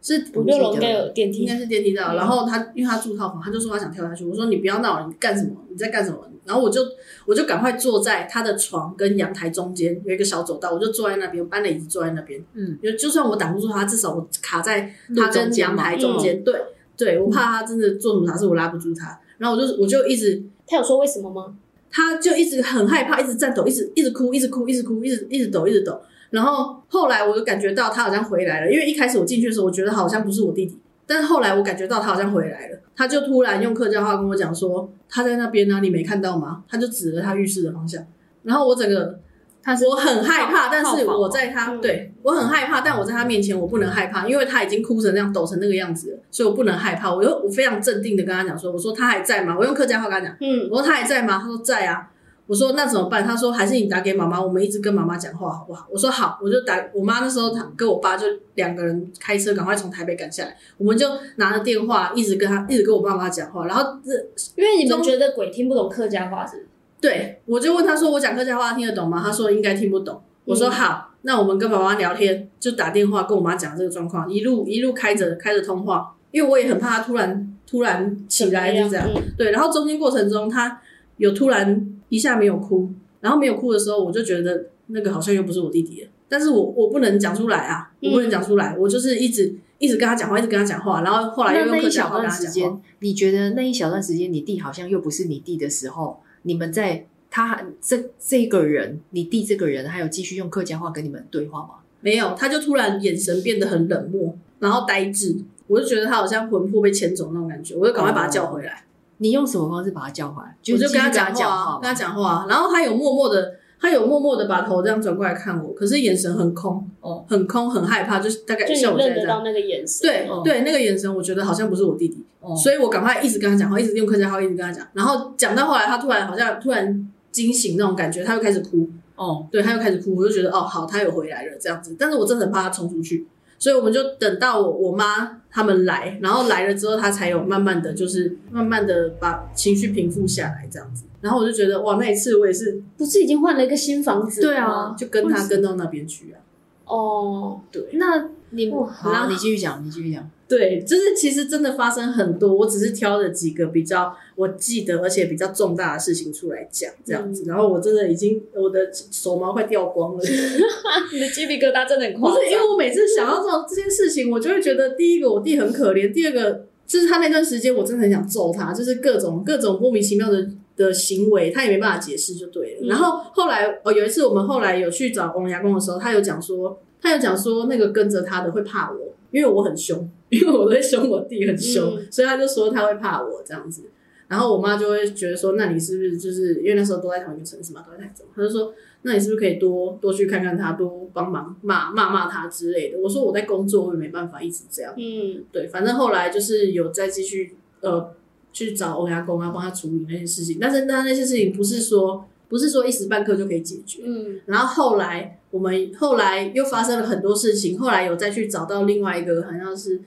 Speaker 3: 是
Speaker 2: 五六楼应该有电
Speaker 3: 应
Speaker 2: 梯
Speaker 3: 该，是电梯
Speaker 1: 嗯
Speaker 3: 到，然后他因为他住套房，他就说他想跳下去。我说你不要闹，你干什么？你在干什么？然后我就我就赶快坐在他的床跟阳台中间有一个小走道，我就坐在那边，搬了椅子坐在那边。
Speaker 1: 嗯，
Speaker 3: 就就算我挡不住他，至少我卡在
Speaker 1: 路
Speaker 3: 他
Speaker 1: 中
Speaker 3: 跟
Speaker 1: 间
Speaker 3: 阳
Speaker 1: 嘛嗯
Speaker 3: 台中间。对对，我怕他真的做什么傻事，我拉不住他。然后我就我就一直
Speaker 2: 他有说为什么吗？
Speaker 3: 他就一直很害怕，一直颤抖，一直一直哭，一直哭，一直哭，一直一直抖，一直抖。然后后来我就感觉到他好像回来了，因为一开始我进去的时候，我觉得好像不是我弟弟，但后来我感觉到他好像回来了，他就突然用客家话跟我讲说他在那边呢、你没看到吗？他就指了他浴室的方向，然后我整个
Speaker 1: 他是
Speaker 3: 我很害怕，但
Speaker 1: 套
Speaker 3: 是
Speaker 1: 房
Speaker 3: 我
Speaker 1: 吗
Speaker 3: 在他
Speaker 2: 嗯
Speaker 3: 对我很害怕，但我在他面前我不能害怕，因为他已经哭成那样抖成那个样子了，所以我不能害怕。我又我非常镇定的跟他讲说，我说他还在吗？我用客家话跟他讲。
Speaker 2: 嗯，
Speaker 3: 我说他还在吗？他说在啊。我说那怎么办？他说还是你打给妈妈，我们一直跟妈妈讲话好不好？我说好，我就打我妈那时候，她跟我爸就两个人开车赶快从台北赶下来，我们就拿着电话一直跟他一直跟我爸妈讲话，然后这
Speaker 2: 因为你们
Speaker 3: 中
Speaker 2: 觉得鬼听不懂客家话是不是？
Speaker 3: 对我就问他说我讲客家话听得懂吗？他说应该听不懂。我说
Speaker 2: 嗯
Speaker 3: 好，那我们跟爸爸聊天，就打电话跟我妈讲这个状况，一路一路开着开着通话，因为我也很怕他突然突然起来就这样。
Speaker 2: 嗯，
Speaker 3: 对，然后中间过程中，他有突然一下没有哭，然后没有哭的时候，我就觉得那个好像又不是我弟弟了，但是我我不能讲出来啊，我不能
Speaker 1: 嗯
Speaker 3: 讲出来，我就是一直一直跟他讲话，一直跟他讲话，然后后来
Speaker 1: 那
Speaker 3: 又
Speaker 1: 那
Speaker 3: 用
Speaker 1: 一
Speaker 3: 客家
Speaker 1: 小
Speaker 3: 话跟
Speaker 1: 段
Speaker 3: 他
Speaker 1: 时
Speaker 3: 讲话。
Speaker 1: 间，你觉得那一小段时间，你弟好像又不是你弟的时候，你们在他这这个人，你弟这个人，还有继续用客家话跟你们对话吗？
Speaker 3: 没有，他就突然眼神变得很冷漠，然后呆滞，我就觉得他好像魂魄被牵走那种感觉，我就赶快把他叫回来。
Speaker 1: 你用什么方式把他叫回来？是哦
Speaker 3: 我就
Speaker 1: 继
Speaker 3: 跟
Speaker 1: 续
Speaker 3: 他
Speaker 1: 跟
Speaker 3: 讲
Speaker 1: 讲
Speaker 3: 话啊，跟他
Speaker 1: 吗
Speaker 3: 讲话啊，然后他有默默的，他有默默的把头这样转过来看我，可是眼神很空，
Speaker 1: 哦，
Speaker 3: 很空，很害怕，就是大概
Speaker 2: 就
Speaker 3: 像我
Speaker 2: 你
Speaker 3: 现
Speaker 2: 认
Speaker 3: 在
Speaker 2: 得
Speaker 3: 这样
Speaker 2: 到。那个眼神，哦
Speaker 1: 嗯
Speaker 3: 对、对，那个眼神，我觉得好像不是我弟弟，
Speaker 1: 哦
Speaker 3: 所以我赶快一直跟他讲话，一直用客家话一直跟他讲，然后讲到后来，他突然好像突然惊醒那种感觉，他又开始哭，
Speaker 1: 哦，
Speaker 3: 对，他又开始哭，我就觉得哦，好，他又回来了这样子，但是我真的很怕他冲出去，所以我们就等到我我妈他们来，然后来了之后，他才有慢慢的就是慢慢的把情绪平复下来这样子，然后我就觉得哇，那一次我也是
Speaker 2: 不是已经换了一个新房子了
Speaker 1: 对啊
Speaker 2: 吗，
Speaker 3: 就跟
Speaker 1: 为什
Speaker 3: 他
Speaker 1: 么
Speaker 3: 跟到那边去啊，
Speaker 2: 哦，
Speaker 3: 对。
Speaker 1: 那你
Speaker 2: 哇
Speaker 1: 好，你继续讲，你继续讲。
Speaker 3: 对，就是其实真的发生很多，我只是挑了几个比较我记得而且比较重大的事情出来讲这样子，然后我真的已经我的手毛快掉光了，不是
Speaker 2: 你的鸡皮疙瘩真的很夸
Speaker 3: 因为我每次想到这种这件事情，我就会觉得第一个我弟很可怜，第二个就是他那段时间我真的很想揍他，就是各种各种莫名其妙的。的行为，他也没办法解释，就对了。
Speaker 2: 嗯
Speaker 3: 然后后来，哦，有一次我们后来有去找王牙公的时候，他有讲说，他有讲说那个跟着他的会怕我，因为我很凶，因为我都会凶我弟很凶，
Speaker 2: 嗯
Speaker 3: 所以他就说他会怕我这样子。然后我妈就会觉得说，那你是不是就是因为那时候都在同一个城市嘛，都在台中，她就说，那你是不是可以多多去看看他，多帮忙骂骂骂他之类的。我说我在工作，我也没办法一直这样。
Speaker 2: 嗯，
Speaker 3: 对，反正后来就是有再继续呃去找欧牙公啊，帮他处理那些事情。但是那那些事情不是说不是说一时半刻就可以解决。
Speaker 2: 嗯
Speaker 3: 然后后来我们后来又发生了很多事情，后来有再去找到另外一个好像是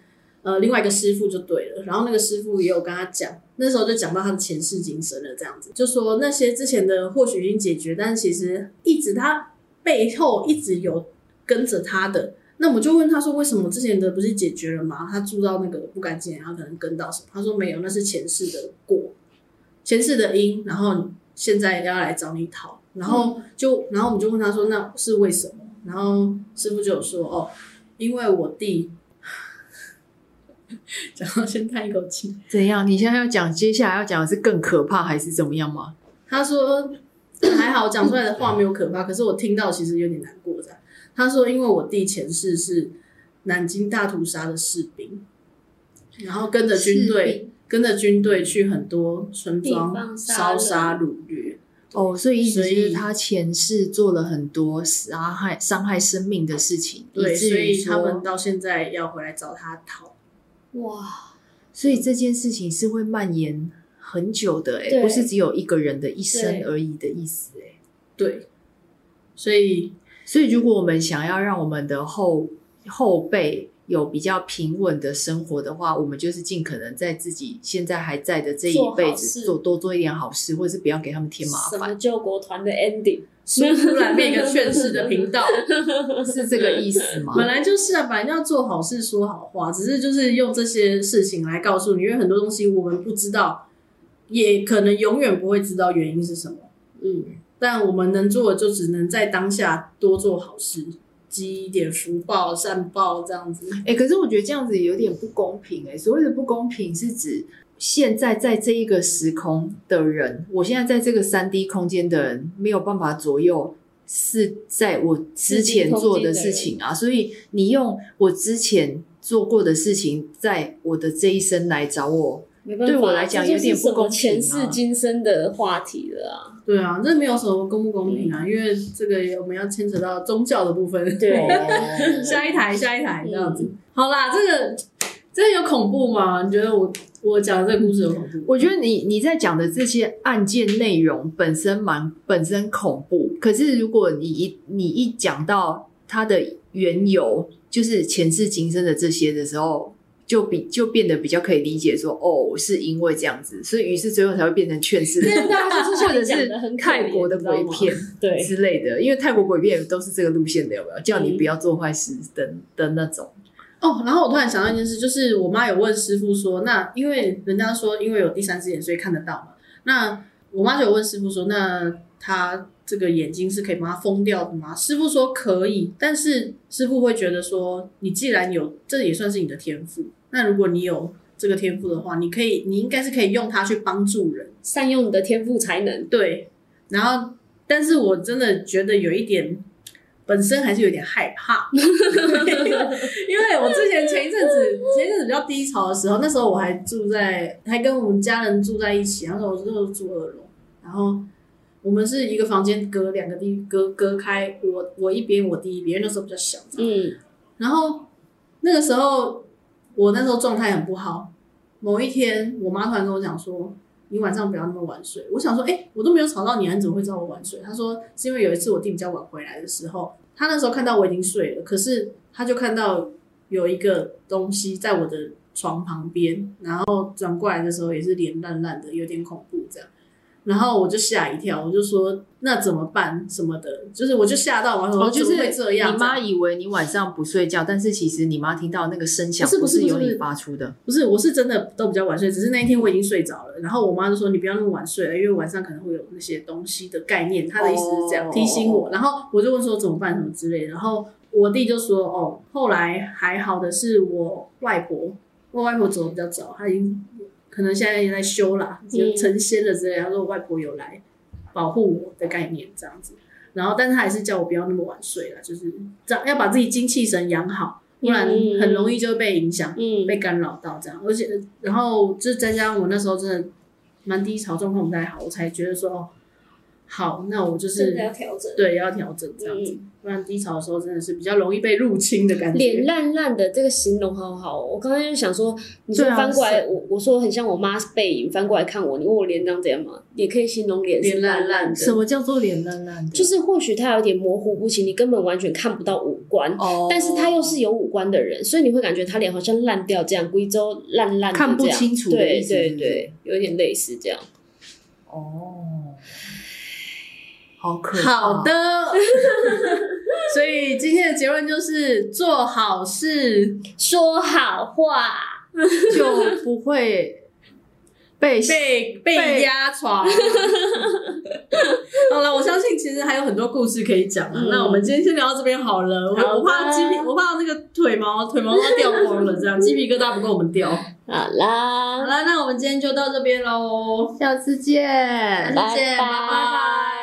Speaker 3: 呃另外一个师傅就对了，然后那个师傅也有跟他讲，那时候就讲到他的前世今生了这样子，就说那些之前的或许已经解决，但其实一直他背后一直有跟着他的。那我就问他说，为什么之前的不是解决了吗？他住到那个不干净，然后可能跟到什么？他说没有，那是前世的果，前世的因，然后现在要来找你讨，然后就，然后我们就问他说，那是为什么？然后师傅就有说，哦，因为我弟，讲到先叹一口气，
Speaker 1: 怎样？你现在要讲，接下来要讲的是更可怕还是怎么样吗？
Speaker 3: 他说还好讲出来的话没有可怕，可是我听到其实有点难过这样。他说，因为我弟前世是南京大屠杀的士兵，然后跟着军
Speaker 1: 士
Speaker 3: 队，跟着军队去很多村
Speaker 2: 地方
Speaker 3: 庄
Speaker 2: 杀
Speaker 3: 烧
Speaker 2: 人
Speaker 3: 杀掳掠。
Speaker 1: 哦，所以意思
Speaker 3: 所
Speaker 1: 就是
Speaker 3: 以
Speaker 1: 他前世做了很多杀害、伤害生命的事情，
Speaker 3: 对，
Speaker 1: 以
Speaker 3: 所
Speaker 1: 至于
Speaker 3: 以他
Speaker 1: 说
Speaker 3: 们到现在要回来找他讨。
Speaker 2: 哇，
Speaker 1: 所以这件事情是会蔓延很久的、欸，
Speaker 2: 对
Speaker 1: 不是只有一个人的一生
Speaker 2: 对
Speaker 1: 而已的意思、欸，
Speaker 3: 对，所以
Speaker 1: 所以如果我们想要让我们的后后辈有比较平稳的生活的话，我们就是尽可能在自己现在还在的这一
Speaker 2: 做好
Speaker 1: 辈子
Speaker 2: 事
Speaker 1: 做多做一点好事，或者是不要给他们添麻
Speaker 2: 什么
Speaker 1: 烦。
Speaker 2: 救国团的 ending？
Speaker 3: 突然变一个劝世的频道，
Speaker 1: 是这个意思 吗？
Speaker 3: 本来就是啊，本来就要做好事说好话，只是就是用这些事情来告诉你，因为很多东西我们不知道，也可能永远不会知道原因是什么。
Speaker 2: 嗯，
Speaker 3: 但我们能做的就只能在当下多做好事，积一点福报、善报这样子。
Speaker 1: 哎、可是我觉得这样子有点不公平哎、所谓的不公平是指现在在这一个时空的人，我现在在这个三 D 空间的人没有办法左右是在我之前做的事情啊，所以你用我之前做过的事情，在我的这一生来找我，
Speaker 2: 没办法，
Speaker 1: 对我来讲
Speaker 2: 这就
Speaker 1: 有点
Speaker 2: 是
Speaker 1: 不
Speaker 2: 什么
Speaker 1: 公平啊
Speaker 2: 前世今生的话题了啊。
Speaker 3: 对啊，这没有什么公不公平
Speaker 2: 嗯
Speaker 3: 啊，因为这个也我们要牵扯到宗教的 部分。
Speaker 2: 对
Speaker 3: 下一台，下一台这样子
Speaker 2: 嗯。
Speaker 3: 好啦，这个这个有恐怖吗？你觉得我我讲的这个故事有恐怖吗？
Speaker 1: 我觉得你你在讲的这些案件内容本身蛮本身恐怖，可是如果你一你一讲到它的缘由，就是前世今生的这些的时候，就比就变得比较可以理解说，哦，是因为这样子，所以于是最后才会变成劝世，
Speaker 2: 对大家就是
Speaker 1: 或
Speaker 2: 像
Speaker 1: 者
Speaker 2: 你讲
Speaker 1: 是
Speaker 2: 得很可
Speaker 1: 泰
Speaker 2: 怜
Speaker 1: 国的
Speaker 2: 你知道
Speaker 1: 鬼
Speaker 2: 吗
Speaker 1: 片
Speaker 2: 对，
Speaker 1: 之类的，因为泰国鬼片都是这个路线的，有没有？叫你
Speaker 2: 嗯
Speaker 1: 不要做坏事的的那种。
Speaker 3: 哦，然后我突然想到一件事，就是我妈有问师傅说，那因为人家说因为有第三只眼，所以看得到嘛。那我妈就有问师傅说，那她这个眼睛是可以把它封掉的吗？师傅说可以，但是师傅会觉得说，你既然有，这也算是你的天赋。那如果你有这个天赋的话，你可以，你应该是可以用它去帮助人。
Speaker 2: 善用你的天赋才能。
Speaker 3: 对，然后但是我真的觉得有一点，本身还是有点害怕， 因为我之前前一阵子前一阵子比较低潮的时候，那时候我还住在还跟我们家人住在一起，那时候我就住二楼，然后。我们是一个房间隔两个地隔隔开，我我一边我弟一边，因为那时候比较小，
Speaker 2: 嗯，
Speaker 3: 然后那个时候我那时候状态很不好，某一天我妈突然跟我讲说，你晚上不要那么晚睡。我想说，哎、我都没有吵到你啊，你怎么会知道我晚睡？她说是因为有一次我弟比较晚回来的时候，他那时候看到我已经睡了，可是他就看到有一个东西在我的床旁边，然后转过来的时候也是脸烂烂的，有点恐怖这样。然后我就吓一跳，我就说那怎么办什么的，就是我就吓到，我想说
Speaker 1: 哦，就
Speaker 3: 怎
Speaker 1: 是
Speaker 3: 么会这样，
Speaker 1: 你妈以为你晚上不睡觉，但是其实你妈听到那个声响
Speaker 3: 不是不是
Speaker 1: 是由
Speaker 3: 不是
Speaker 1: 你发出的。
Speaker 3: 不是，我是真的都比较晚睡，只是那一天我已经睡着了。然后我妈就说：“你不要那么晚睡了，因为晚上可能会有那些东西的概念。”她的意思是这样、
Speaker 1: 哦
Speaker 3: 提醒我。然后我就问说怎么办什么之类的。然后我弟就说：“哦，后来还好的是我外婆，我外婆走的比较早，她已经可能现在也在修啦，就嗯成仙了之类的。”她说我外婆有来保护我的概念这样子。然后，但是她还是叫我不要那么晚睡了，就是这样要把自己精气神养好，不然
Speaker 2: 嗯
Speaker 3: 很容易就会被影响。
Speaker 2: 嗯
Speaker 3: 被干扰到这样，而且然后就再加上我那时候真的蛮低潮，状况不太好，我才觉得说哦，好，那我就是
Speaker 2: 真的要调整。嗯
Speaker 3: 对要嗯调整这样子，不然低潮的时候真的是比较容易被入侵的感觉。
Speaker 2: 脸烂烂的这个形容好好哦，我刚刚就想说，你说
Speaker 1: 对啊
Speaker 2: 翻过来，我我说很像我妈背影翻过来看我，你问我脸长怎样嘛，也可以形容脸是
Speaker 3: 脸烂烂
Speaker 2: 烂
Speaker 3: 的
Speaker 2: 的，
Speaker 1: 什么叫做脸烂
Speaker 3: 啊
Speaker 1: 烂的？
Speaker 2: 就是或许她有点模糊不清，你根本完全看不到五官，
Speaker 1: 哦
Speaker 2: 但是她又是有五官的人，所以你会感觉她脸好像烂掉这样，贵州烂烂的这
Speaker 1: 看
Speaker 2: 样
Speaker 1: 不清楚的意
Speaker 2: 对
Speaker 1: 思
Speaker 2: 对
Speaker 1: 是不是
Speaker 2: 对，有点类似这样。
Speaker 1: 哦，好可怕。
Speaker 3: 好，的， 所以今天的结论就是做好事，
Speaker 2: 说好话，
Speaker 1: 就不会被
Speaker 3: 被被
Speaker 1: 被
Speaker 3: 压 床。好了，我相信其实还有很多故事可以讲、啊。
Speaker 2: 嗯
Speaker 3: 那我们今天先聊到这边好了。我
Speaker 2: 好的
Speaker 3: 我怕鸡皮，我怕那个腿毛腿毛都要掉光了，这样鸡皮疙瘩不够我们掉。好
Speaker 2: 好啦，
Speaker 3: 了，那我们今天就到这边喽，
Speaker 1: 下次见
Speaker 3: 下次见，拜
Speaker 2: 拜
Speaker 3: 拜。